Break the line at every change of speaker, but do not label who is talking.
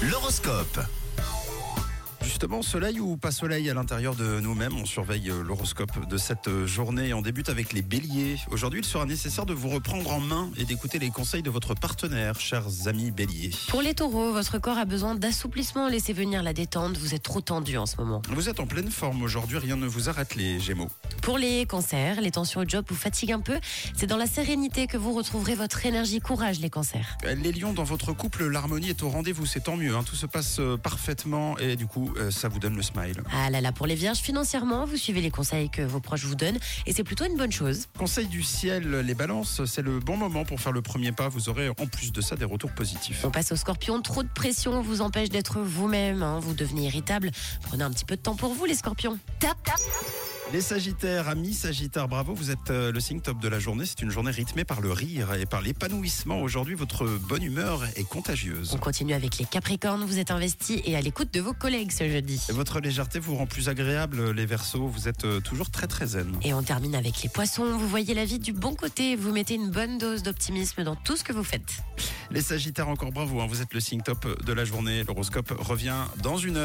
L'horoscope.
Justement, soleil ou pas soleil à l'intérieur de nous-mêmes, on surveille euh, l'horoscope de cette euh, journée. On débute avec les béliers. Aujourd'hui, il sera nécessaire de vous reprendre en main et d'écouter les conseils de votre partenaire, chers amis béliers.
Pour les taureaux, votre corps a besoin d'assouplissement. Laissez venir la détente, vous êtes trop tendu en ce moment.
Vous êtes en pleine forme aujourd'hui, rien ne vous arrête les gémeaux.
Pour les cancers, les tensions au job vous fatiguent un peu. C'est dans la sérénité que vous retrouverez votre énergie. Courage, les cancers.
Euh, Les lions, dans votre couple, l'harmonie est au rendez-vous, c'est tant mieux. hein. Tout se passe euh, parfaitement et du coup, euh, ça vous donne le smile.
Ah là là, pour les vierges, financièrement, vous suivez les conseils que vos proches vous donnent et c'est plutôt une bonne chose.
Conseil du ciel, les balances, c'est le bon moment pour faire le premier pas. Vous aurez en plus de ça des retours positifs.
On passe aux scorpions. Trop de pression vous empêche d'être vous-même. hein. Vous devenez irritable. Prenez un petit peu de temps pour vous, les scorpions. Tap, tap.
Les Sagittaires, amis Sagittaires, bravo, vous êtes euh, le signe top de la journée. C'est une journée rythmée par le rire et par l'épanouissement. Aujourd'hui, votre bonne humeur est contagieuse.
On continue avec les capricornes. Vous êtes investis et à l'écoute de vos collègues ce jeudi.
Et Votre légèreté vous rend plus agréable, les Verseaux. Vous êtes euh, toujours très très zen.
Et on termine avec les poissons. Vous voyez la vie du bon côté. Vous mettez une bonne dose d'optimisme dans tout ce que vous faites.
Les Sagittaires, encore bravo, hein, vous êtes le signe top de la journée. L'horoscope revient dans une heure.